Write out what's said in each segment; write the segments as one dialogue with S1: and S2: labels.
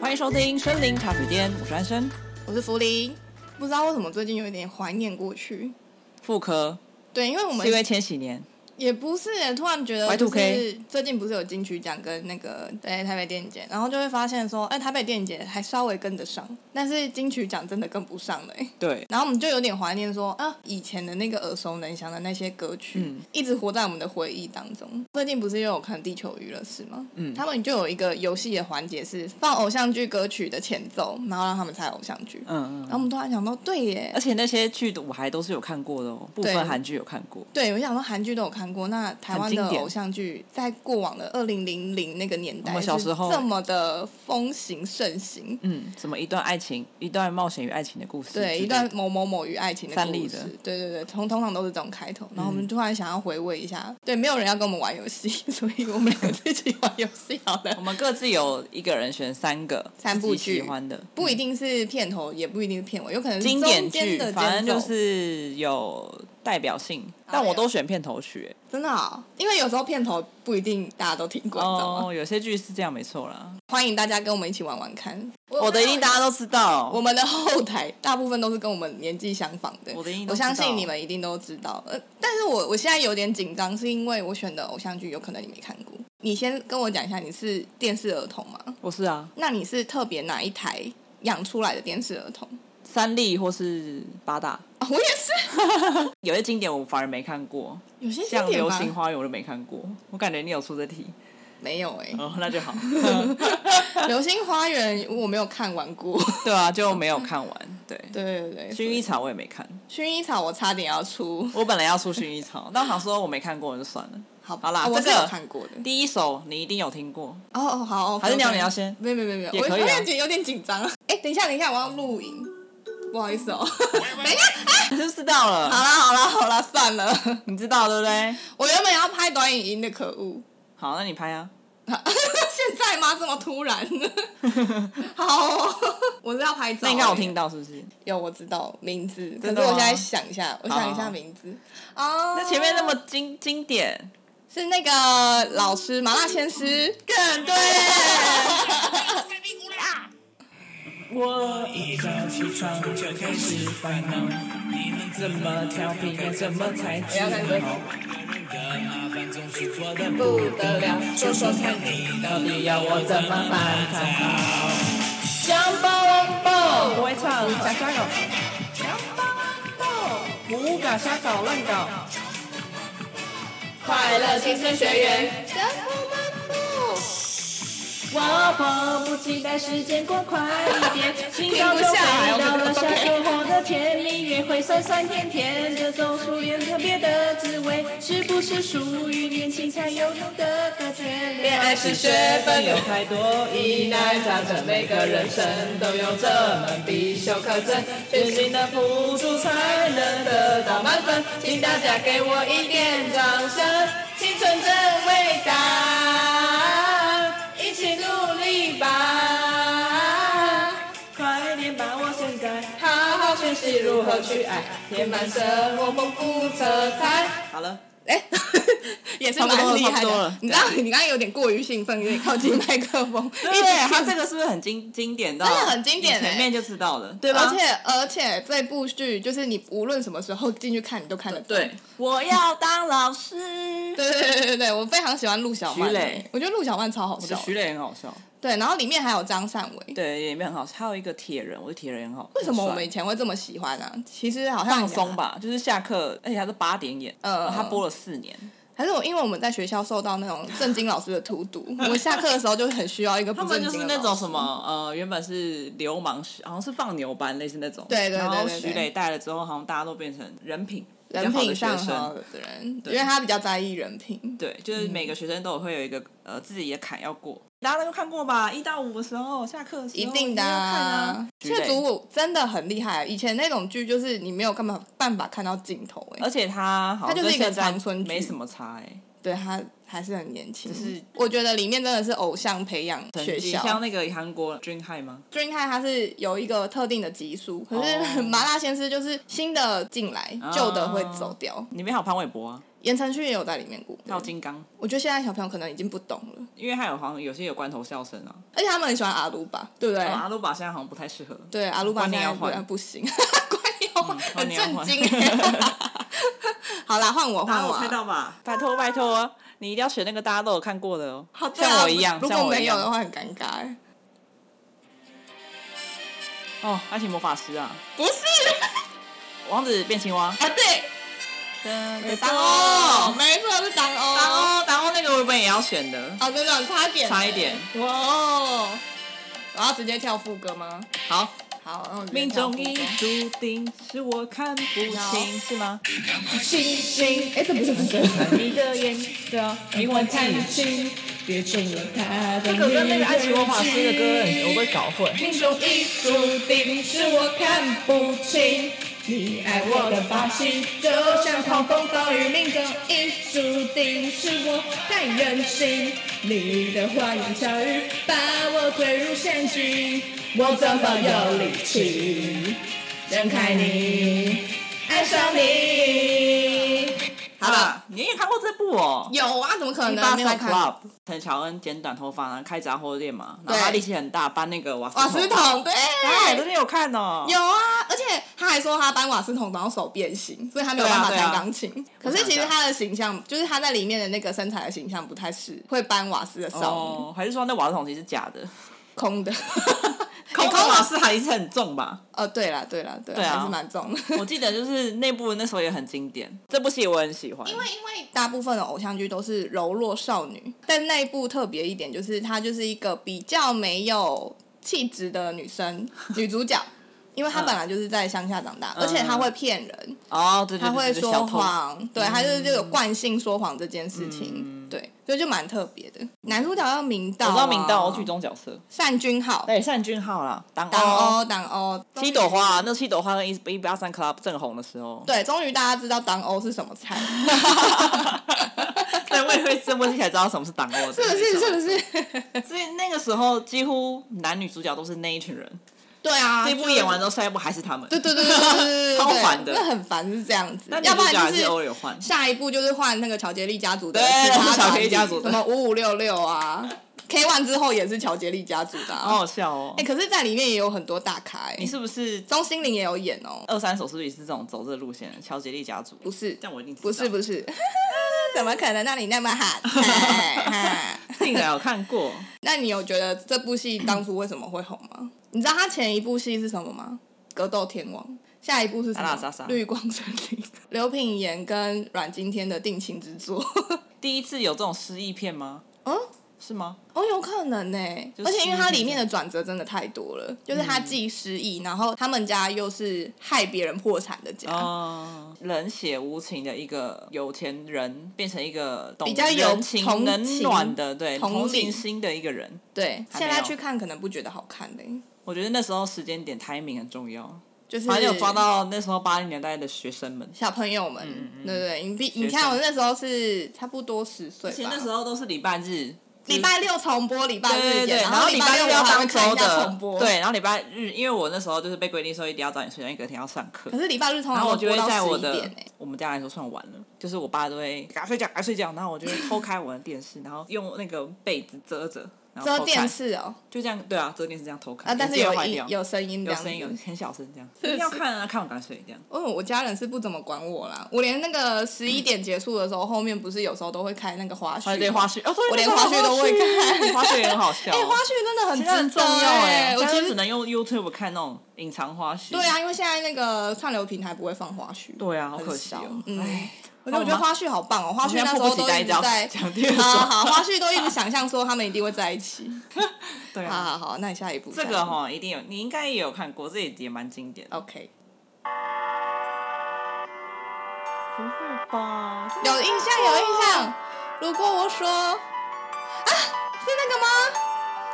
S1: 欢迎收听森林咖啡店，我是安生。
S2: 我是福林。不知道为什么最近有一点怀念过去，
S1: 妇科
S2: 对，因为我们
S1: 是因为千禧年，
S2: 也不是耶突然觉得
S1: Y2K
S2: 就是最近不是有金曲奖跟那个对台北电影节，然后就会发现说，哎、台北电影节还稍微跟得上，但是金曲奖真的跟不上了耶。
S1: 对，
S2: 然后我们就有点怀念说啊，以前的那个耳熟能详的那些歌曲，
S1: 嗯
S2: 一直活在我们的回忆当中。最近不是又有看《地球娱乐室》吗？
S1: 嗯
S2: 他们就有一个游戏的环节是放偶像剧歌曲的前奏，然后让他们猜偶像剧。
S1: 嗯嗯
S2: 然
S1: 嗯，
S2: 后我们突然想到，对耶
S1: 而，且那些剧我还都是有看过的哦，部
S2: 对
S1: 分韩剧有看过，
S2: 对，我想说韩剧都有看过，那台湾的
S1: 很经典
S2: 偶像剧在过往的二零零零那个年代，
S1: 我们小时候
S2: 这么的风行盛行。
S1: 嗯，什么一段爱情，一段冒险与爱情的故事之类的，
S2: 对，一段某某某与爱情的
S1: 三
S2: 故
S1: 立
S2: 事
S1: 的，
S2: 对对对，通通常都是这种开头。然后我
S1: 嗯
S2: 们突然想要回味一下，对，没有人要跟我们玩游戏， 所以我们两个自己玩游戏好
S1: 我
S2: 了。
S1: 们各自有一个人选三个
S2: 三部
S1: 自己喜
S2: 剧
S1: 欢的，
S2: 不一定是片头，也不一定是片尾，有可能是
S1: 经典
S2: 中间
S1: 剧
S2: 的，哦
S1: 反正
S2: 间
S1: 就
S2: 奏
S1: 是有代表性，但我都选片头曲、
S2: 真的啊、因为有时候片头不一定大家都听
S1: 哎
S2: 过，你知道吗？
S1: 哦，有些剧是这样，没错啦。
S2: 欢迎大家跟我们一起玩玩看。
S1: 我的一定大家都知道，
S2: 我们的后台大部分都是跟我们年纪相仿的，
S1: 我的一定都
S2: 我
S1: 知道
S2: 相信你们一定都知道。呃，但是我我现在有点紧张，是因为我选的偶像剧有可能你没看过。你先跟我讲一下，你是电视儿童吗？
S1: 我是啊，
S2: 那你是特别哪一台养出来的电视儿童？
S1: 三立或是八大，
S2: 啊、我也是，
S1: 有些经典我反而没看过，
S2: 有些经
S1: 像《
S2: 典
S1: 流
S2: 吧
S1: 星花园》我都没看过，我感觉你有出这题，
S2: 没有 哎、
S1: 哦，那就好，
S2: 流星花园》我没有看完过。
S1: 对啊，就没有看完，对，
S2: 对对对，
S1: 薰衣草我也没看，
S2: 薰衣草我差点要出，
S1: 我本来要出薰衣草，但我想说我没看过就算了。
S2: 好
S1: 好啦
S2: 啊我
S1: 这
S2: 是
S1: 个
S2: 有看过的。
S1: 第一首你一定有听过，
S2: 哦哦好哦，
S1: 还是你要
S2: OK，OK
S1: 你要先
S2: 没有没有没有没有，
S1: 也
S2: 我
S1: 可以啊
S2: 有点紧有点紧张。哎，等一下等一下，我要录影，不好意思哦。
S1: 你就知道
S2: 好
S1: 了，
S2: 啦好啦好啦，算了，
S1: 你知道对不对？
S2: 我原本要拍短影音的，可恶。
S1: 好，那你拍啊。
S2: 现在吗？这么突 然？好哦、我是要拍照。欸
S1: 那应该有听。到是不是？
S2: 有，我知道名字，可
S1: 真
S2: 是
S1: 的
S2: 我
S1: 吗
S2: 现在想一下，我想一
S1: 好
S2: 下名字。哦，
S1: 那前面那么经经典，
S2: 是那个老师麻辣鲜师，更对。
S3: 我一早起床就开始烦恼，你们怎么调皮，该怎么才治好？一个人的麻烦总是多得不得了，说说看你到底要我怎么办才好？
S1: 香包王包，我会唱假瞎搞。香包王包，不搞瞎搞乱搞。快乐青春学园，我迫不及待时间过快一点，心跳就飞到了下个活的甜蜜，约会酸酸甜甜的，总属于特别的滋味，是不是属于年轻才有的感觉？恋爱是学分有太多疑难杂症，每个人生都有这门必修课程，全心的付出才能得到满分，请大家给我一点掌声，青春真伟大，一起努力吧！快点把握现在，好好学习如何去爱，填满生活丰富色彩。好了，
S2: 哎，也是
S1: 差不多
S2: 蛮
S1: 了
S2: 厉
S1: 差
S2: 害
S1: 不多了
S2: 的。你知道，你刚刚有点过于兴奋，有点靠近麦克风，一直
S1: 对，它这个是不是很经经典到？
S2: 真的很经典
S1: 你前
S2: 欸
S1: 面就知道了，对吧？
S2: 而且而且这部剧就是你无论什么时候进去看，你都看得到。
S1: 对，我要当老师。
S2: 对对对对对，我非常喜欢陆小曼
S1: 徐
S2: 欸、
S1: 磊
S2: 我觉得陆小曼超好
S1: 我觉
S2: 笑
S1: 得。徐磊很好笑，
S2: 对，然后里面还有张善伟。
S1: 对，里面很好笑。还有一个铁人，我觉得铁人也很好。
S2: 为什么我
S1: 很
S2: 们
S1: 帅
S2: 以前会这么喜欢啊？其实好像
S1: 放松，吧？就是下课，而且还是八点演，
S2: 嗯
S1: 他播了四年。
S2: 还是我因为我们在学校受到那种正经老师的荼毒，我们下课的时候就很需要一个
S1: 他
S2: 不
S1: 们
S2: 正
S1: 就
S2: 经
S1: 是
S2: 的
S1: 那
S2: 老
S1: 种
S2: 师
S1: 什么呃，原本是流氓，好像是放牛班类似那种。
S2: 对对对
S1: 然后
S2: 对对
S1: 徐磊带了之后，好像大家都变成人品比较
S2: 人
S1: 好的学
S2: 品上好
S1: 生。
S2: 的人，因
S1: 对
S2: 为他比较在意人品。
S1: 对，就是每个学生都有会有一个呃自己的坎要过。大家都看过吧？一到五的时候，下课的时候
S2: 一定的
S1: 定要哦看啊。徐
S2: 剧
S1: 磊
S2: 组我真的很厉害。以前那种剧就是你没有办法办法看到镜头、欸，
S1: 而且他好像
S2: 它就是
S1: 跟
S2: 一个
S1: 现在
S2: 长春剧
S1: 没什么差哎、
S2: 对他还是很年轻。
S1: 就是
S2: 我觉得里面真的是偶像培养学校。
S1: 像那个韩国 Dream High 吗？
S2: Dream High 它是有一个特定的级数，可是
S1: 哦
S2: 麻辣鲜师就是新的进来，
S1: 啊
S2: 旧的会走掉。
S1: 里面还有潘玮柏啊，
S2: 言承旭也有在里面过。
S1: 还有金刚，
S2: 我觉得现在小朋友可能已经不懂了，
S1: 因为还有好像有些有罐头笑声啊。
S2: 而且他们很喜欢阿鲁巴，对不对？
S1: 哦阿鲁巴现在好像不太适合。
S2: 对，阿鲁巴
S1: 关你
S2: 现在
S1: 要
S2: 不
S1: 换
S2: 不行， 关你要换，
S1: 关
S2: 很
S1: 你要
S2: 震
S1: 换
S2: 惊欸。 好啦，换我，换
S1: 啊，我猜
S2: 啊。
S1: 到吧？拜托拜托啊，你一定要选那个大家都有看过的哦，
S2: 好，对啊
S1: 像我一样。
S2: 如
S1: 像
S2: 果
S1: 我一
S2: 没有
S1: 样
S2: 的话很尴尬欸。
S1: 哦，爱情魔法师啊，
S2: 不是
S1: 王子变青蛙。
S2: 啊，对，
S1: 没
S2: 党哦，没错是党
S1: 然
S2: 哦。
S1: 后然后那个我本也要选的，
S2: 哦，真的差一点，
S1: 差一点。
S2: 哇哦！我要直接跳副歌吗？
S1: 好。
S2: 好，那我直接
S1: 命
S2: 跳副
S1: 中
S2: 歌
S1: 已注定，是我看不清，是吗？
S4: 星星，哎，这不是不是，
S1: 你的眼的灵魂探星，
S4: 别中了他的
S1: 这个跟那个爱情魔法师的歌很，我会搞混。
S4: 命中已注定，是我看不清。你爱我的把戏，就像狂风暴雨，命中已注定，是我太任性。你的花言巧语把我推入陷阱，我怎么有力气睁开你，爱上你？
S1: 好了，你也看过这部哦。
S2: 有啊，怎么可
S1: 啊一
S2: 能
S1: 八
S2: 没有
S1: 三
S2: 看？哇，
S1: Club，陈乔恩剪短头发，然后开杂货店嘛，然后他
S2: 对
S1: 力气很大，搬那个瓦
S2: 斯
S1: 斯桶。
S2: 桶对，
S1: 哎，真的有看哦。
S2: 有啊，而且他还说他搬瓦斯桶，然后手变形，所以他没有
S1: 对啊
S2: 办法
S1: 对
S2: 弹
S1: 啊
S2: 钢琴。可是其实他的形象，就是他在里面的那个身材的形象不太是会搬瓦斯的少女，
S1: 哦，还是说那瓦斯桶其实是假的？
S2: 空的。
S1: 空
S2: 空
S1: 空瓦斯还是很重吧？
S2: 哦，对啦，对啦，对啦，
S1: 对啊
S2: 还是蛮重的。
S1: 我记得就是那部那时候也很经典，这部戏我很喜欢。
S2: 因为因为大部分的偶像剧都是柔弱少女，但那一部特别一点就是她就是一个比较没有气质的女生女主角，因为她
S1: 嗯
S2: 本来就是在乡下长大，而且她会骗人，
S1: 哦，对对
S2: 她会
S1: 对对，
S2: 说
S1: 小偷。嗯
S2: 谎，对，她就是有惯性说谎这件事情，对，所以就蛮特别的。男主角叫明道、
S1: 我
S2: 啊，
S1: 知道明道剧中角色，
S2: 单君浩，
S1: 对，单俊浩啦，当哦
S2: 党欧党欧
S1: 七朵花、啊，那七朵花跟一一八三 club 正红的时候，
S2: 对，终于大家知道党欧是什么菜，
S1: 对，我也会这么才知道什么是党哦欧的，
S2: 是不是？是不？是？
S1: 所以那个时候几乎男女主角都是那一群人，
S2: 对啊，
S1: 这部
S2: 就是
S1: 演完之后，下一部还是他们。
S2: 对对对对对对对，
S1: 超烦的
S2: 那很烦是这样子
S1: 那，女
S2: 要
S1: 主
S2: 不
S1: 角
S2: 然
S1: 还
S2: 就是
S1: 偶尔
S2: 是嗯
S1: 有换，
S2: 下一步就是换那个乔杰利家族的
S1: 对
S2: 其
S1: 乔杰
S2: 他
S1: 利
S2: 团体
S1: 家族的
S2: 什么五五六六啊，K One 之后也是乔杰利家族的啊、
S1: 好好笑哦
S2: 哎、。可是，在里面也有很多大咖、欸，
S1: 你是不是
S2: 钟欣凌也有演哦、
S1: 二三手是不是也是这种走这个路线？乔杰利家族
S2: 不是
S1: 但我一定知道
S2: 不是不是， 怎么可能让你那么好 看？
S1: 竟然有看过，
S2: 那你有觉得这部戏当初为什么会红吗？你知道他前一部戏是什么吗？《格斗天王》。下一部是什
S1: 打
S2: 么？
S1: 打杀杀
S2: 绿光森林。 刘品言跟阮经天的定情之作。
S1: 第一次有这种失忆片吗？
S2: 嗯，
S1: 是吗？
S2: 哦，有可能呢、
S1: 就
S2: 而且因为它
S1: 失忆嗯
S2: 里面的转折真的太多了，就是他既失忆，然后他们家又是害别人破产的家，
S1: 哦，冷血无情的一个有钱人，变成一个懂
S2: 比较有
S1: 人情
S2: 同
S1: 冷
S2: 情
S1: 暖的，对
S2: 同
S1: 同情
S2: 理
S1: 心的一个人。
S2: 对，
S1: 还没
S2: 现
S1: 有
S2: 在去看可能不觉得好看嘞、
S1: 我觉得那时候时间点 timing 很重要，
S2: 就是
S1: 反正有抓到那时候八零年代的学生们。
S2: 小朋友们，对不对？你比你
S1: 学
S2: 看
S1: 长
S2: 我那时候是差不多十岁
S1: 而且
S2: 吧，
S1: 那时候都是礼拜日，
S2: 礼拜六重播，礼拜
S1: 对
S2: 日
S1: 对
S2: 演，
S1: 对，
S2: 然
S1: 后
S2: 礼
S1: 礼拜六
S2: 六我
S1: 要
S2: 还
S1: 当
S2: 会看
S1: 周
S2: 一下
S1: 的
S2: 重播。，
S1: 对，然后礼拜日，因为我那时候就是被规定说一定要早点睡觉，因为隔天要上课
S2: 可。是礼拜日通
S1: 然
S2: 常
S1: 后我
S2: 都
S1: 就会
S2: 播到
S1: 在我
S2: 十一
S1: 的
S2: 点欸
S1: 我们家来说算晚了，就是我爸都会赶快睡觉，赶快睡觉，然后我就会偷开我的电视，然后用那个被子遮着，然后
S2: 遮
S1: 偷
S2: 电
S1: 看
S2: 视哦，
S1: 就这样，对啊，折叠是这样偷看
S2: 啊，但是
S1: 眼睛
S2: 有
S1: 会坏
S2: 音
S1: 掉，
S2: 有声音这
S1: 有
S2: 样子
S1: 声音，有很小声这样，
S2: 是
S1: 一定要看啊，看完赶快睡这样。
S2: 哦，我家人是不怎么管我啦，我连那个十一点结束的时候，后面不是有时候都会开那个花絮吗，
S1: 啊，对花絮，哦，对
S2: 我连
S1: 那时候
S2: 花絮都会看
S1: 花絮也很好笑。
S2: 哎，花絮真的很
S1: 现在很
S2: 值
S1: 重
S2: 得
S1: 要欸
S2: 哎，我
S1: 现
S2: 其
S1: 在只
S2: 实
S1: 能用 YouTube 看那种隐藏花絮。
S2: 对，啊，因为现在那个串流平台不会放花絮，
S1: 对啊，好
S2: 很
S1: 可惜
S2: 少
S1: 哦。
S2: 嗯
S1: 哎，
S2: 我觉得我觉得
S1: 好我们
S2: 花絮好棒哦，花絮
S1: 现
S2: 那
S1: 在
S2: 时
S1: 迫
S2: 候
S1: 不及
S2: 都
S1: 待
S2: 一直
S1: 讲
S2: 在，
S1: 讲第二
S2: 好
S1: 首，
S2: 好，花絮都一直想象说他们一定会在一起。
S1: 对
S2: 好
S1: 啊，
S2: 好好，那你下一步
S1: 这
S2: 下一
S1: 个
S2: 步
S1: 哈一定有，你应该也有看过，这也也蛮经典的。
S2: ，OK，
S1: 不会吧？这
S2: 有印象有印象。如果我说啊，是那个吗？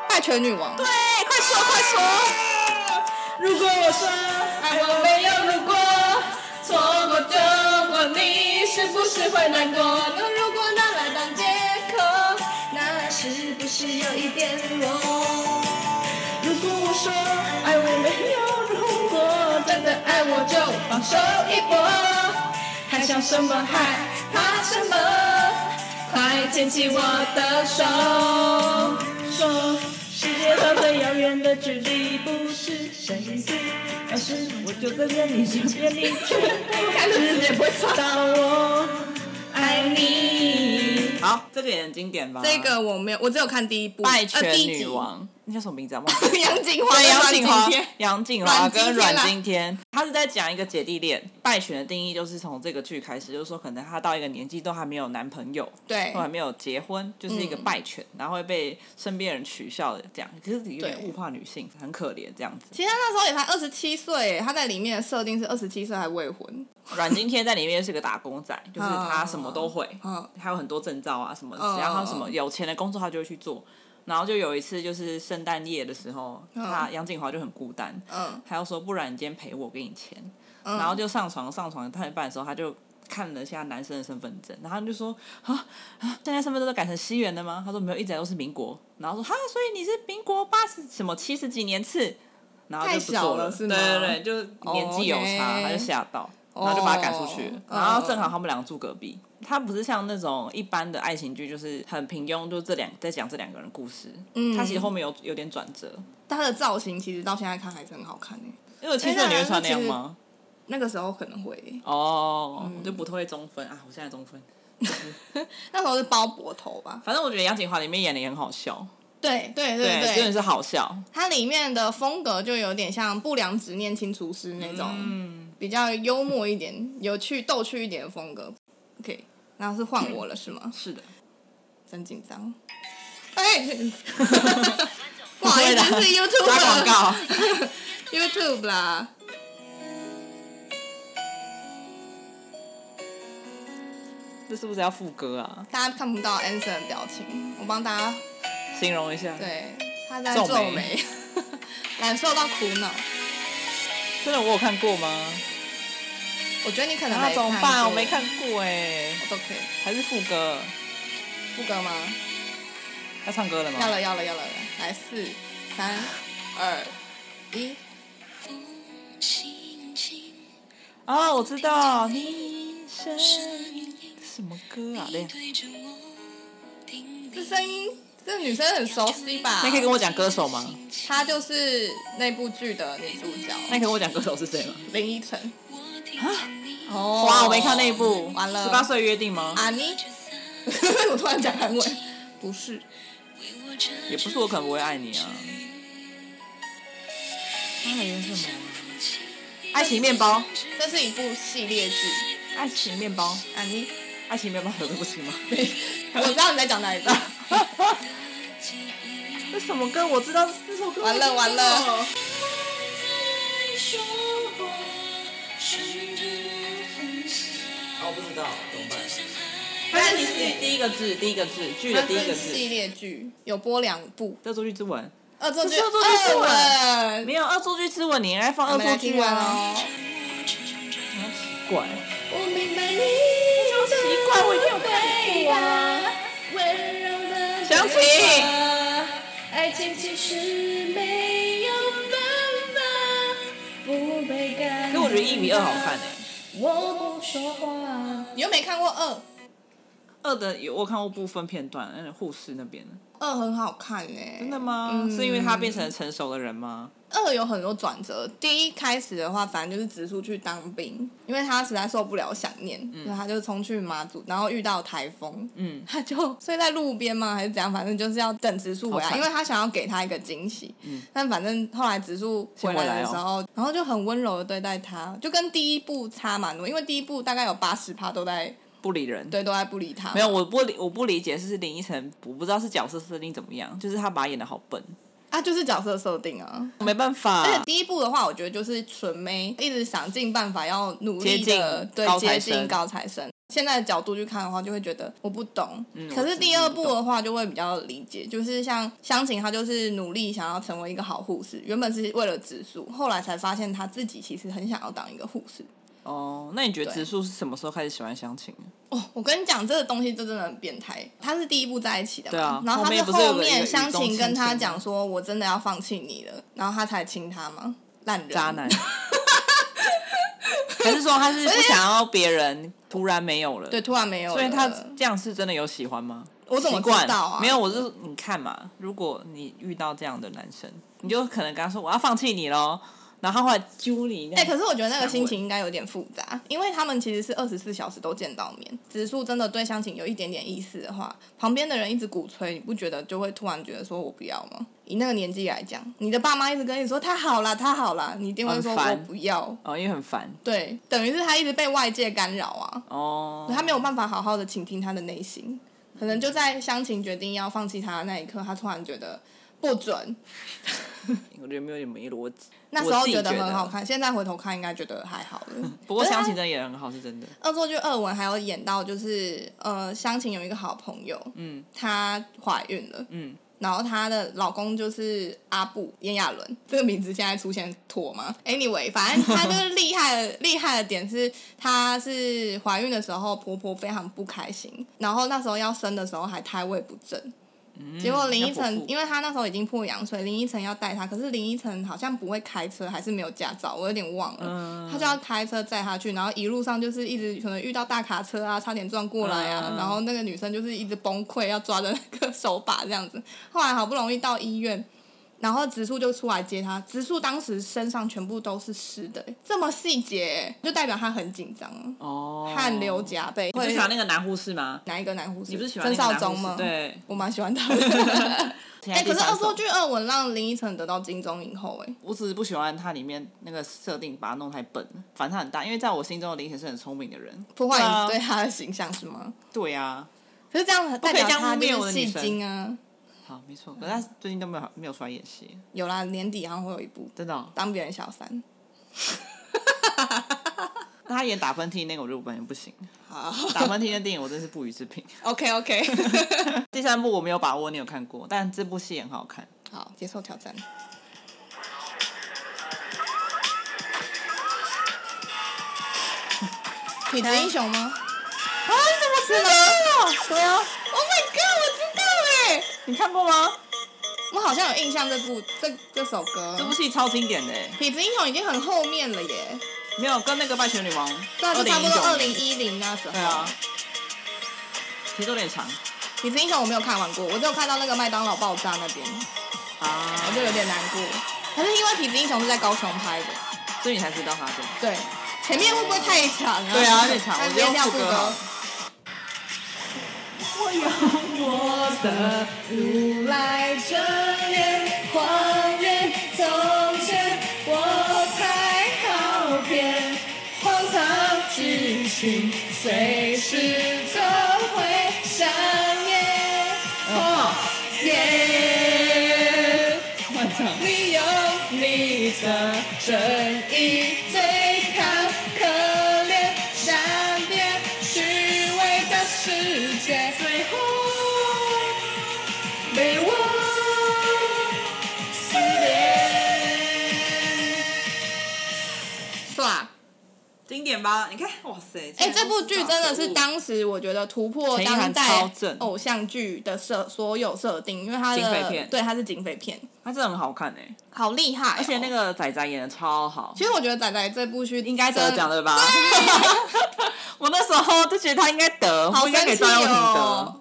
S2: 拜权女王。对，快说快说。
S4: 如果我说爱我没有如果，错过就过，你是不是会难过？
S2: 那如果那来的
S4: 是有一点弱。如果我说爱我没有如果，真的爱我就放手一搏，还想什么害怕什么？快牵起我的手，说世界和最遥远的距离不是生死，而是我就站在你身边，你 却不知道我爱你。
S1: 好，这个也很经典吧？
S2: 这个我没有，我只有看第一部《
S1: 拜
S2: 呃
S1: 权
S2: 第一集。
S1: 女王，那叫什么名字啊？忘记了
S2: 杨景华，
S1: 杨
S2: 景
S1: 景
S2: 华
S1: 华， 杨景华
S2: 阮经
S1: 跟
S2: 天
S1: 阮
S2: 啦
S1: 经天，他是在讲一个姐弟恋。败犬的定义就是从这个剧开始，就是说可能他到一个年纪都还没有男朋友，
S2: 对
S1: 都还没有结婚，就是一个
S2: 嗯
S1: 败犬，然后会被身边人取笑的这样，可是有点
S2: 对
S1: 物化女性，很可怜这样子。
S2: 其实他那时候也才二十七岁，他在里面的设定是二十七岁还未婚。
S1: 阮经天在里面是个打工仔，就是他什么都会，
S2: 嗯
S1: 还有很多证照啊什么的，
S2: 嗯
S1: 只要他什么有钱的工作他就会去做。然后就有一次就是圣诞夜的时候，他杨景华就很孤单，
S2: 嗯，
S1: 他就说不然你今天陪我，我给你钱。然后就上床上床到一半的时候，他就看了一下男生的身份证，然后他就说啊啊，现在身份证都改成西元了吗？他说没有，一直以来都是民国。然后说哈，所以你是民国八十什么七十几年次。然后就不
S2: 太小
S1: 做
S2: 了是吗哦
S1: 对对对，就是年纪有差
S2: OK
S1: 他就吓到，然后就把他赶出去了。
S2: 哦
S1: 然后正好他们两个住隔壁，他不是像那种一般的爱情剧，就是很平庸，就这两在讲这两个人故事。嗯他其实后面有有点转折，
S2: 但他的造型其实到现在看还是很好看诶。
S1: 因为我听
S2: 哎
S1: 说
S2: 那
S1: 你会穿那
S2: 那
S1: 样
S2: 其实
S1: 吗？
S2: 那个时候可能会耶，
S1: 哦，
S2: 嗯
S1: 就不会中分啊！我现在中分，
S2: 那时候是包脖头吧？
S1: 反正我觉得杨锦华里面演的也很好笑，
S2: 对对
S1: 真的是好笑。
S2: 它里面的风格就有点像不良执念清除师那种，比较幽默一点、有趣、逗趣一点的风格。OK，然后是换我了是吗？
S1: 是的，
S2: 真紧张。哎、不好意思，
S1: 不会啦
S2: 是 YouTube
S1: 打广
S2: 啦
S1: 告。
S2: YouTube 啦。
S1: 这是不是要副歌啊？
S2: 大家看不到 Anson 的表情，我帮大家，
S1: 形容一下。，
S2: 对，他在
S1: 皱
S2: 皱
S1: 眉
S2: 眉，感受到苦恼。
S1: 真的我有看过吗？
S2: 我觉得你可能
S1: 那
S2: 没
S1: 啊怎么
S2: 看
S1: 办？
S2: 过
S1: 我没，看过哎，
S2: 我都可以。
S1: 还是副歌？
S2: 副歌吗？
S1: 要唱歌了吗？
S2: 要了，要了，要了，来四、三、二、一。
S1: 啊，我知道你声什么歌啊？对，
S2: 这声音，这女生很熟悉吧
S1: 那？可以跟我讲歌手吗？
S2: 她就是那部剧的女主角
S1: 那可以跟我讲歌手是谁吗？
S2: 林依晨。哦
S1: 哇，我没看那一部。
S2: 完了。
S1: 啊十八岁约定吗？
S2: 啊你？ 我突然讲韩文，不是，
S1: 也不是我可能不会爱你啊。他的是什么？爱情面包，
S2: 这是一部系列剧。
S1: 爱情面包，
S2: 啊你？
S1: 爱情面包有这部戏 吗？
S2: 我知道你在讲 哪一部。
S1: 这什么歌？我知道这首歌。
S2: 完了完了。
S1: 哦，不知道，怎么办？它是你是第一个字，第一个字，剧的
S2: 它
S1: 第一个
S2: 是
S1: 字
S2: 系。列剧，有播两部。
S1: 恶作剧之吻，
S2: 恶作
S1: 这
S2: 剧，
S1: 是恶作剧之吻
S2: 二吻
S1: 没有恶作剧之吻，你应该放
S2: 我
S1: 恶
S2: 们来
S1: 作
S2: 听
S1: 剧
S2: 完
S1: 啊。
S2: 哦。
S1: 怪，
S4: 我明白你
S1: 奇怪，我一定有看过啊。
S4: 温柔的
S1: 想起
S4: 爱情其实没有办法不被感
S1: 可我觉得一比二好看欸诶、
S4: 我不说话，
S2: 你又没看过二，
S1: 二的有我看过部分片段，那个护士那边的。
S2: 二很好看呢、
S1: 真的吗？是因为他变成成熟的人吗？
S2: 二有很多转折。第一开始的话，反正就是直树去当兵，因为他实在受不了想念，所以他就冲去马祖，然后遇到台风，
S1: 嗯，
S2: 他就睡在路边嘛，还是怎样，反正就是要等直树回
S1: 好
S2: 来，
S1: 惨嗯
S2: 因为他想要给他一个惊喜。但反正后来直树回来
S1: 哦
S2: 的时候，然后就很温柔的对待他，就跟第一部差蛮多，因为第一部大概有八十趴都在
S1: 不理人。，
S2: 对都在不理他，
S1: 没有，我不理，我不理解，是林依晨，我不知道是角色设定怎么样，就是他把他演的好笨，
S2: 啊，就是角色设定啊。
S1: 没办法
S2: 而且。第一步的话，我觉得就是纯妹一直想尽办法要努力
S1: 接
S2: 的
S1: 近
S2: 对
S1: 高
S2: 接
S1: 材生
S2: 近高材生。现在的角度去看的话，就会觉得我不懂。
S1: 嗯
S2: 可
S1: 我
S2: 是
S1: 知
S2: 第二步
S1: 我
S2: 的话，就会比较理解，就是像湘琴，她就是努力想要成为一个好护士，原本是为了植树，后来才发现她自己其实很想要当一个护士。
S1: 哦，那你觉得植
S2: 对
S1: 树是什么时候开始喜欢相亲？
S2: 哦，我跟你讲，这个东西这真的很变态。他是第一步在一起的嘛，
S1: 对啊
S2: 然后
S1: 后
S2: 他
S1: 面
S2: 是
S1: 不是有
S2: 后
S1: 个一
S2: 面
S1: 个
S2: 湘
S1: 语重
S2: 琴
S1: 心
S2: 跟他
S1: 长
S2: 讲说，我真的要放弃你了，然后他才亲他嘛，烂人
S1: 渣男， 还是说他是不想要别人突然没有了？
S2: 对，，突然没有了，
S1: 所以他这样是真的有喜欢吗？
S2: 我怎么
S1: 习惯
S2: 知道啊
S1: 没有，我是你看嘛，如果你遇到这样的男生，你就可能跟他说我要放弃你喽，然后他后来揪你这
S2: 哎、
S1: 样。
S2: 可是我觉得那个心情应该有点复杂，因为他们其实是二十四小时都见到面。植树真的对湘琴有一点点意思的话，旁边的人一直鼓吹，你不觉得就会突然觉得说我不要吗？以那个年纪来讲，你的爸妈一直跟你说他好啦，他好啦，你一定会
S1: 很
S2: 说我
S1: 烦
S2: 不要。
S1: 哦，因为很烦
S2: 对，等于是他一直被外界干扰啊，
S1: 哦，
S2: 他没有办法好好的倾听他的内心。可能就在湘琴决定要放弃他的那一刻，他突然觉得不准。
S1: 我觉得没有你们一逻辑。
S2: 那时
S1: 我
S2: 候
S1: 自己
S2: 觉
S1: 觉
S2: 得很好看，现在回头看应该觉得还好了。
S1: 不过
S2: 可是他
S1: 相亲真的也很好，是真的。
S2: 恶作剧二文还有演到就是呃，湘琴有一个好朋友，
S1: 嗯
S2: 她怀孕了，
S1: 嗯，
S2: 然后她的老公就是阿布炎亚纶，这个名字现在出现错吗？Anyway，反正她就是厉害的厉害的点是，她是怀孕的时候婆婆非常不开心，然后那时候要生的时候还胎位不正。
S1: 嗯
S2: 结果林依晨，因为她那时候已经破羊水，林依晨要带她，可是林依晨好像不会开车，还是没有驾照，我有点忘了。
S1: 嗯
S2: 他就要开车载她去，然后一路上就是一直可能遇到大卡车啊，差点撞过来啊，
S1: 嗯
S2: 然后那个女生就是一直崩溃，要抓着那个手把这样子。后来好不容易到医院，然后植树就出来接她，植树当时身上全部都是湿的、欸这么细节、欸就代表她很紧张，
S1: 哦，
S2: 汗流。浃背。
S1: 你不是
S2: 会
S1: 喜欢那个男护士吗？
S2: 哪一个男护士？
S1: 你不是喜欢那
S2: 曾
S1: 个
S2: 少
S1: 男
S2: 宗
S1: 护
S2: 吗
S1: 士？，对。
S2: 我蛮喜欢他 的。 哎、
S1: 哎
S2: 可是恶作剧二吻让林依晨得到金钟影后、哎，
S1: 我只是不喜欢它里面那个设定，把它弄太笨了，反差很大。因为在我心中的林肯是很聪明的人，
S2: 破坏
S1: 啊
S2: 你对他的形象是吗？
S1: 对啊呀、
S2: 可是这样代
S1: 可以
S2: 表
S1: 这样
S2: 他
S1: 污蔑
S2: 就
S1: 我
S2: 是
S1: 的女
S2: 戏
S1: 神
S2: 精啊。
S1: 好，没错。可是他最近都没有没有出来演戏，
S2: 有啦，年底好像会有一部
S1: 真的哦、
S2: 当别人小三。
S1: 那他演打喷嚏那个，我就完全不行。
S2: 好
S1: 打喷嚏的电影我真是不予置评。
S2: ，OK OK，
S1: 第三部我没有把握，你有看过，但这部戏很好看。
S2: 好，接受挑战。痞子英雄吗？啊，你怎么知道？对啊，Oh my god，我知道哎、
S1: 你看过吗？
S2: 我好像有印象这部这这首歌。
S1: 这部戏超经典的欸，
S2: 痞子英雄已经很后面了耶，
S1: 没有跟那个《拜权女王》
S2: 对啊，就差不多
S1: 2019
S2: 二零
S1: 年
S2: 一零那时候。
S1: 对啊，其实有点长
S2: 痞子英雄我没有看完过，我只有看到那个麦当劳爆炸那边，
S1: 啊
S2: 我就有点难过。可是因为痞子英雄是在高雄拍的，
S1: 所以你才知道他的。
S2: 对，前面会不会太长啊？
S1: 对啊，有点长，我
S2: 那
S1: 觉
S2: 边
S1: 得
S2: 要
S1: 副
S2: 副
S1: 歌好
S2: 歌
S1: 了。。
S4: 如来正言，谎言从前，我才好骗，荒唐之心随时都会上演。哦耶！你有你的正义，对抗可怜善变虚伪的世界，最后被我撕裂。
S2: 是
S1: 啊
S2: 吧？
S1: 经典吧？你看，哇塞！
S2: 哎、
S1: 竟然
S2: 这部剧真的是
S1: 都
S2: 当时我觉得突破
S1: 陈意
S2: 当
S1: 涵
S2: 代
S1: 超正
S2: 偶像剧的设所有设定，因为它
S1: 警匪
S2: 的
S1: 片
S2: 对它是警匪片，
S1: 它真的很好看哎、
S2: 好厉害哦、
S1: 而且那个仔仔演的超好，
S2: 其实我觉得仔仔这部剧应
S1: 应该得奖
S2: 的，
S1: 的吧？ 我那时候就觉得他应该得，
S2: 好
S1: 不应该给
S2: 生
S1: 赵
S2: 气
S1: 又廷
S2: 哦
S1: 得。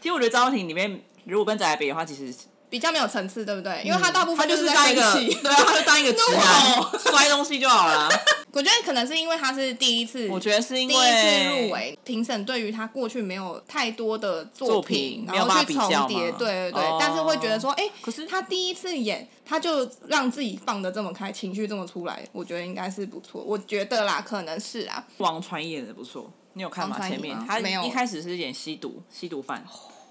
S1: 其实我觉得赵又廷里面，如果跟仔仔比的话，其实
S2: 比较没有层次，对不对？因为他大部
S1: 他
S2: 分
S1: 嗯就是是
S2: 在
S1: 当一个，
S2: 生气
S1: 对啊，他就当一个直男，摔东西就好了。
S2: 我觉得可能是因为他是第一次，
S1: 我觉得是因
S2: 第
S1: 为
S2: 一次入围，评审对于他过去没有太多的作
S1: 作品没有
S2: 然后
S1: 办法
S2: 去
S1: 比
S2: 重
S1: 较
S2: 叠，
S1: 嘛
S2: 对对对，
S1: 哦
S2: 但是会觉得说，哎、
S1: 可是
S2: 他第一次演，他就让自己放的这么开，情绪这么出来，我觉得应该是不错，我觉得啦，可能是啊，
S1: 王传一演的不错，你有看吗？
S2: 王传一
S1: 前面
S2: 吗
S1: 他
S2: 没有
S1: 一开始是演吸毒吸毒犯，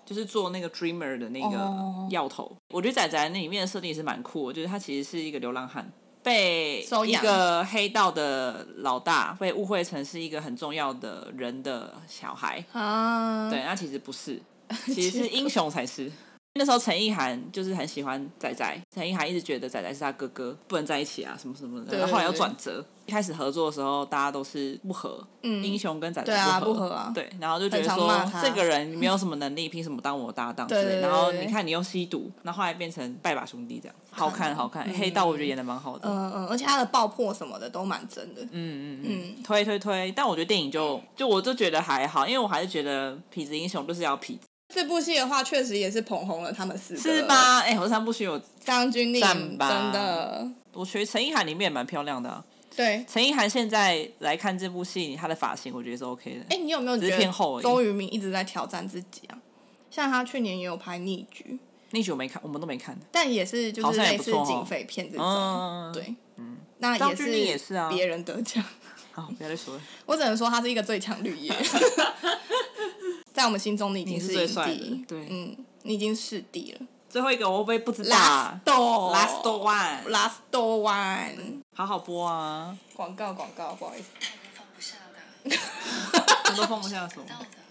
S1: 就是做那个 dreamer 的那
S2: 哦
S1: 个药头。我觉得仔仔那里面的设定也是蛮酷的，就是他其实是一个流浪汉，被
S2: 收
S1: 一
S2: 养
S1: 个黑道的老大被误会成是一个很重要的人的小孩。
S2: 啊，
S1: 对，，那其实不是，其实是英雄才是。那时候陈意涵就是很喜欢仔仔，陈意涵一直觉得仔仔是他哥哥，不能在一起啊，什么什么的。
S2: 对
S1: 然后后来又
S2: 对
S1: 转折，一开始合作的时候大家都是不合，
S2: 嗯
S1: 英雄跟仔仔
S2: 对啊
S1: 不
S2: 不合啊
S1: 对，然后就觉得
S2: 很常
S1: 说
S2: 骂他
S1: 这个人没有什么能力，凭什么当我搭档之
S2: 对
S1: 类。
S2: 对
S1: 然后
S2: 对
S1: 你看你又吸毒，然后后来变成拜把兄弟这样，好看好看，黑道我觉得演的蛮好的。
S2: 嗯嗯，而且他的爆破什么的都蛮真的，
S1: 嗯嗯嗯
S2: 嗯，
S1: 推推推，但我觉得电影就就我就觉得还好，因为我还是觉得痞子英雄就是要痞子，
S2: 这部戏的话，确实也是捧红了他们四个，
S1: 是？吧？哎、我三部曲我
S2: 张钧甯
S1: 赞
S2: 真
S1: 吧
S2: 的，
S1: 我觉得陈意涵里面也蛮漂亮的啊、
S2: 对。
S1: 陈意涵现在来看这部戏，她的发型我觉得是 OK 的。
S2: 哎，你有没有觉
S1: 只是偏厚而
S2: 得
S1: 已
S2: 周渝民一直在挑战自己啊？像他去年也有拍《逆局》，
S1: 那集我没看，我们都没看。
S2: 但也是就
S1: 好
S2: 是
S1: 像也
S2: 类
S1: 不
S2: 似
S1: 错哦
S2: 警匪片这
S1: 嗯
S2: 种，对，那
S1: 张
S2: 也
S1: 钧
S2: 是
S1: 甯也是啊
S2: 别人得奖，
S1: 好，不要再说了。
S2: 我只能说他是一个最强 绿叶，在我们心中你已经
S1: 你是最
S2: 影
S1: 帅的
S2: 帝，
S1: 对
S2: 嗯，你已经是帝了。
S1: 最后一个我会不会不知道哦
S2: Last
S1: last
S2: door
S1: one，
S2: Last door one
S1: 好好播啊，
S2: 广告广告，不好意思，
S3: 放不下的。
S1: 我都放不下手，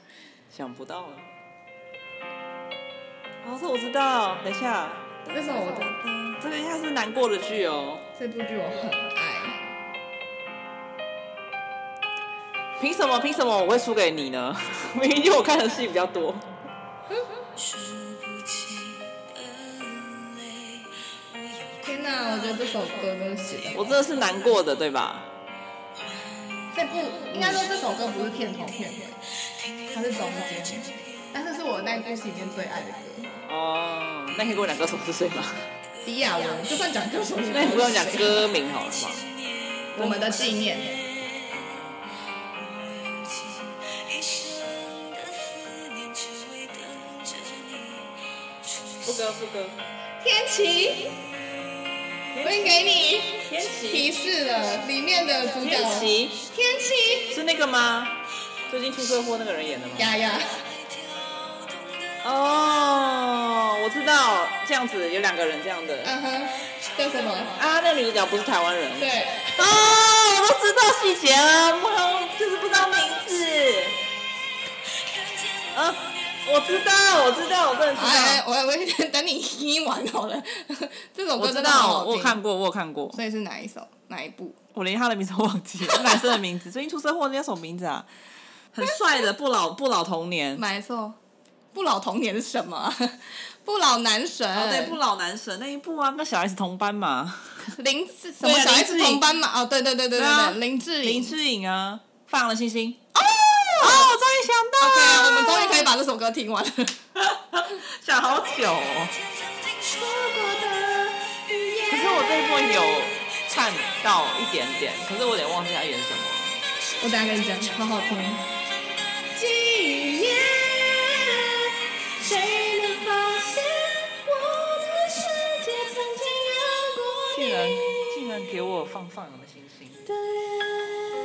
S1: 想不到啊了。哦，这我知道。等一下，
S2: 为什么我的
S1: 这个应该是难过的剧哦。
S2: 这部剧我很爱？
S1: 凭什么？凭什么我会输给你呢？ 明明就我看的戏比较多。
S3: 吃不起的泪，我有
S2: 天哪，我觉得这首歌真的写的，
S1: 我真的是难过的，对吧？
S2: 这部应该说这首歌不是片头片尾，它是中间，但是是我那部戏里面最爱的歌。
S1: 哦，那可以给我讲歌手是谁 吗？
S2: 迪亚文，就算讲歌手，
S1: 那你不用讲歌名好了吧？
S2: 我们的纪念，
S3: 一生的思念，只为等着你
S1: 副歌，副歌。
S2: 天琪，我已经给你
S1: 天琪，
S2: 提示了，里面的主角
S1: 天琪
S2: 天琪，
S1: 是那个吗？最近出车祸那个人演的吗？
S2: 呀呀，
S3: 跳动的
S1: 嗯哦，我知道，这样子有两个人这样的。
S2: 嗯哼，叫什么？
S1: 啊，那个女主角不是台湾人。
S2: 对，
S1: 哦，我都知道细节了，不好，就是不知道名字。啊，我知道，我知道，我真的知
S2: 哎，
S1: 道。
S2: 我我我等你听完好了，这首
S1: 我
S2: 歌
S1: 知
S2: 真的很
S1: 道，
S2: 好
S1: 我
S2: 听
S1: 有 看过，我有看过，
S2: 所以是哪一首？哪一部？
S1: 我连他的名字都忘记了，男生的名字。最近出车祸那叫什么名字啊？很帅的，不老不老童 年。
S2: 哪一首？不老童年是什么啊？ 不老男神，
S1: 哦，对，不老男神那一部啊，跟小 S 同班嘛。
S2: 林志什么小
S1: 林
S2: S
S1: 志颖
S2: 同班嘛？哦，对对对对
S1: 对啊
S2: 对对，林志
S1: 林
S2: 颖。
S1: 志颖啊，放羊的星星。哦，哦，我终于想到
S2: OK，
S1: 了
S2: 啊我们终于可以把这首歌听完了。
S1: 想好久 哦。
S3: 天曾经说过的语言。
S1: 可是我这一波有看到一点点，可是我有点忘记他演什么。
S2: 我等下跟你讲，好好听。
S3: 今夜，谁能发现我的世界曾经有过
S1: 竟然竟然给我放放羊的星星。
S2: 哦，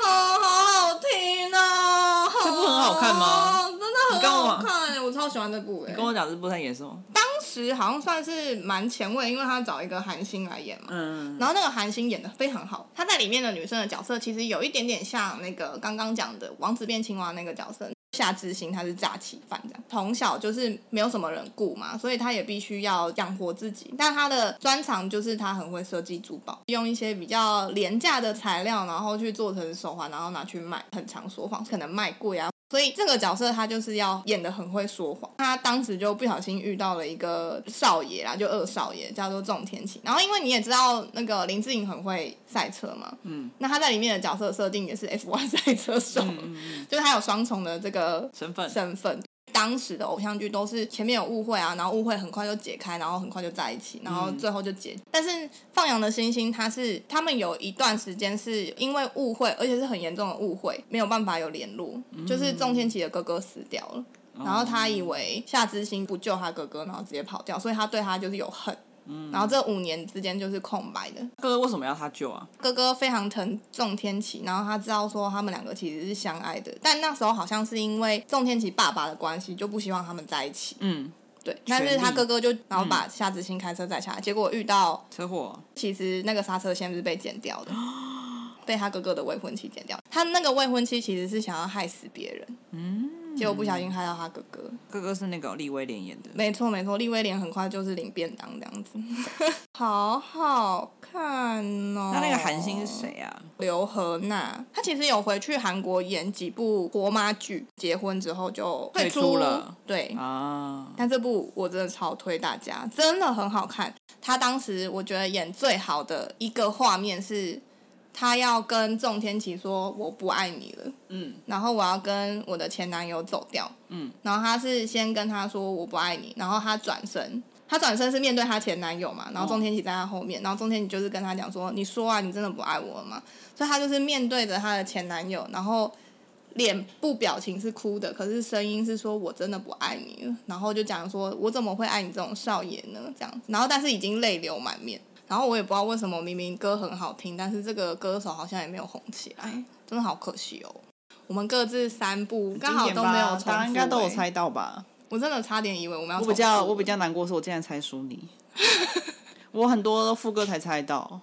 S2: 好好听哦！
S1: 这部很好看吗？
S2: 真的
S1: 你跟
S2: 很
S1: 我
S2: 好看，我超喜欢这部哎
S1: 跟。我讲这部在演什么？
S2: 当时好像算是蛮前卫，因为他找一个韩星来演嘛。
S1: 嗯，
S2: 然后那个韩星演的非常好，她在里面的女生的角色其实有一点点像那个刚刚讲的王子变青蛙那个角色夏之星，她是诈欺犯这样，从小就是没有什么人顾嘛，所以她也必须要养活自己。但她的专长就是她很会设计珠宝，用一些比较廉价的材料，然后去做成手环，然后拿去卖，很常说谎，可能卖贵啊。所以这个角色他就是要演的很会说谎，他当时就不小心遇到了一个少爷啦，就二少爷叫做仲天启。然后因为你也知道那个林志颖很会赛车嘛，
S1: 嗯，
S2: 那他在里面的角色设定也是 F1 赛车手， 就是他有双重的这个
S1: 身份
S2: 身份。当时的偶像剧都是前面有误会啊，然后误会很快就解开，然后很快就在一起，然后最后就解。但是《放羊的星星》它是他们有一段时间是因为误会，而且是很严重的误会，没有办法有联络，就是仲天琪的哥哥死掉了。然后他以为夏之星不救他哥哥，然后直接跑掉，所以他对他就是有恨。然后这五年之间就是空白的，
S1: 哥哥为什么要他救啊？
S2: 哥哥非常疼仲天启，然后他知道说他们两个其实是相爱的，但那时候好像是因为仲天启爸爸的关系，就不希望他们在一起。
S1: 嗯，
S2: 对，但是他哥哥就然后把夏之星开车载下来，结果遇到
S1: 车祸。
S2: 其实那个刹车线是被剪 掉的，被他哥哥的未婚妻剪掉。他那个未婚妻其实是想要害死别人，结果不小心害到他哥哥。
S1: 哥哥是那个利威廉演的，
S2: 没错没错，利威廉很快就是领便当这样子， 好好看哦。
S1: 那那个韩星是？谁啊？
S2: 刘荷娜，她其实有回去韩国演几部婆妈剧，结婚之后就
S1: 退出了。
S2: 对，
S1: 啊，
S2: 但这部我真的超推大家，真的很好看。他当时我觉得演最好的一个画面是，他要跟仲天琪说我不爱你了，
S1: 嗯
S2: 然后我要跟我的前男友走掉，
S1: 嗯，
S2: 然后他是先跟他说我不爱你，然后他转身，他转身是面对他前男友嘛，然后
S1: 哦
S2: 仲天琪在他后面，然后仲天琪就是跟他讲说，你说啊，你真的不爱我了吗？所以他就是面对着他的前男友，然后脸部表情是哭的，可是声音是说我真的不爱你了，然后就讲说我怎么会爱你这种少爷呢？这样子，然后但是已经泪流满面。然后我也不知道为什么，明明歌很好听，但是这个歌手好像也没有红起来，真的好可惜哦。我们各自三部，刚好都没有重复、
S1: 大家应该都有
S2: 欸
S1: 猜到吧？
S2: 我真的差点以为我们要
S1: 我
S2: 重
S1: 比较
S2: 复
S1: 我比较难过，是我竟然猜输 你。我很多副歌才猜到，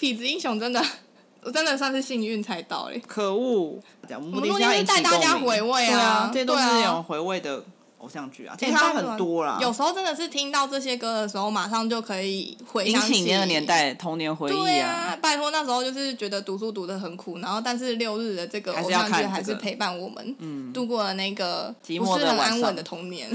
S2: 痞子英雄真的，我真的算是幸运才到欸嘞。
S1: 可恶！我们目
S2: 我们
S1: 的
S2: 录
S1: 是
S2: 音
S1: 要
S2: 是
S1: 引起
S2: 带大家
S1: 共鸣
S2: 回味
S1: 对啊，这些都是
S2: 对啊
S1: 有回味的偶像剧啊，其实它很多啦，
S2: 有时候真的是听到这些歌的时候，马上就可以回
S1: 引
S2: 想
S1: 起那个年。代童年回
S2: 对
S1: 忆
S2: 啊，拜托那时候就是觉得读书读的很苦，然后但是六日的这个
S1: 还
S2: 偶
S1: 是要
S2: 像
S1: 看
S2: 剧
S1: 这
S2: 还是
S1: 个
S2: 陪伴我们，
S1: 嗯
S2: 度过了那个
S1: 寂
S2: 不
S1: 寞
S2: 是
S1: 的
S2: 很
S1: 晚
S2: 安
S1: 上
S2: 稳的童年。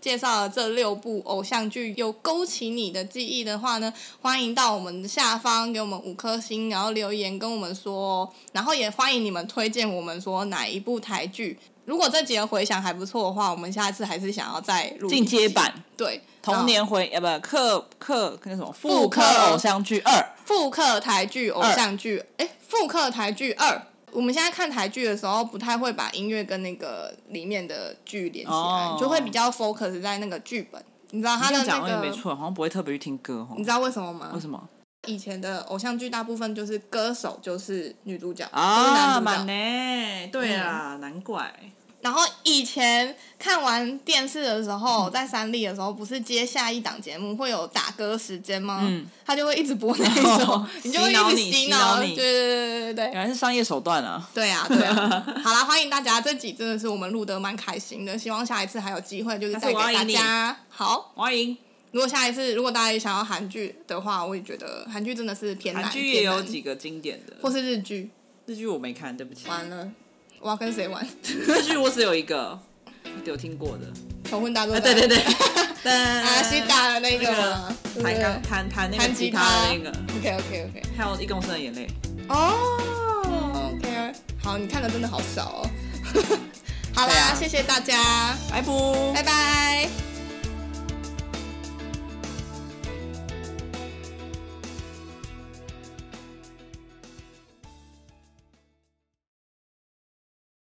S2: 介绍了这六部偶像剧，有勾起你的记忆的话呢，欢迎到我们下方给我们五颗星，然后留言跟我们说哦、然后也欢迎你们推荐我们说哪一部台剧。如果这集的回响还不错的话，我们下次还是想要再录一
S1: 进阶
S2: 集
S1: 版
S2: 对
S1: 童年
S2: 然后
S1: 回呃不课课那什么
S2: 复
S1: 复
S2: 刻
S1: 刻偶像剧二，
S2: 复刻台剧偶像剧，哎，复刻台剧二。我们现在看台剧的时候，不太会把音乐跟那个里面的剧连起来，
S1: 哦
S2: 就会比较 focus 在那个剧本。你知道他
S1: 这
S2: 的
S1: 样讲好
S2: 那
S1: 像也
S2: 个
S1: 没，错，好像不会特别去听歌哦
S2: 你。知道为什么吗？
S1: 为什么
S2: 以前的偶像剧大部分就是歌手就是女主角，就是
S1: 啊？
S2: 男主
S1: 满
S2: 角。
S1: 呢？对啊，难怪。
S2: 然后以前看完电视的时候，
S1: 嗯
S2: 在三立的时候，不是接下一档节目会有打歌时间吗？
S1: 嗯
S2: 他就会一直播那一首，
S1: 哦
S2: 你就会一直洗
S1: 洗脑
S2: 脑。对
S1: 你洗脑你
S2: 对对对对对。
S1: 原来是商业手段啊！
S2: 对啊，对啊。好啦，欢迎大家，这集真的是我们录得蛮开心的，希望下一次还有机会，就是
S1: 下次
S2: 带给
S1: 我要
S2: 大
S1: 赢你
S2: 家。好，
S1: 欢迎
S2: 如果下一次如果大家也想要韩剧的话，我也觉得韩剧真的是偏难，
S1: 韩剧也
S2: 偏
S1: 有
S2: 难
S1: 几个经典的，
S2: 或是日剧。
S1: 日剧我没看，对不起。
S2: 完了，我要跟 谁玩？
S1: 日剧我只有一个有听过的，
S2: 求婚大作
S1: 啊
S2: 战。
S1: 对对 对，阿
S2: 阿啊西达的那
S1: 那
S2: 个
S1: 个
S2: 嘛，对不
S1: 弹
S2: 对
S1: 钢弹弹那个
S2: 弹吉
S1: 吉
S2: 他
S1: 的那个，
S2: OK OK OK。
S1: 还有一公升的眼泪。
S2: 哦，OK，好，你看的真的好少哦。好
S1: 对
S2: 啦，
S1: 啊
S2: 谢谢大家，
S1: 拜拜。
S2: 拜拜。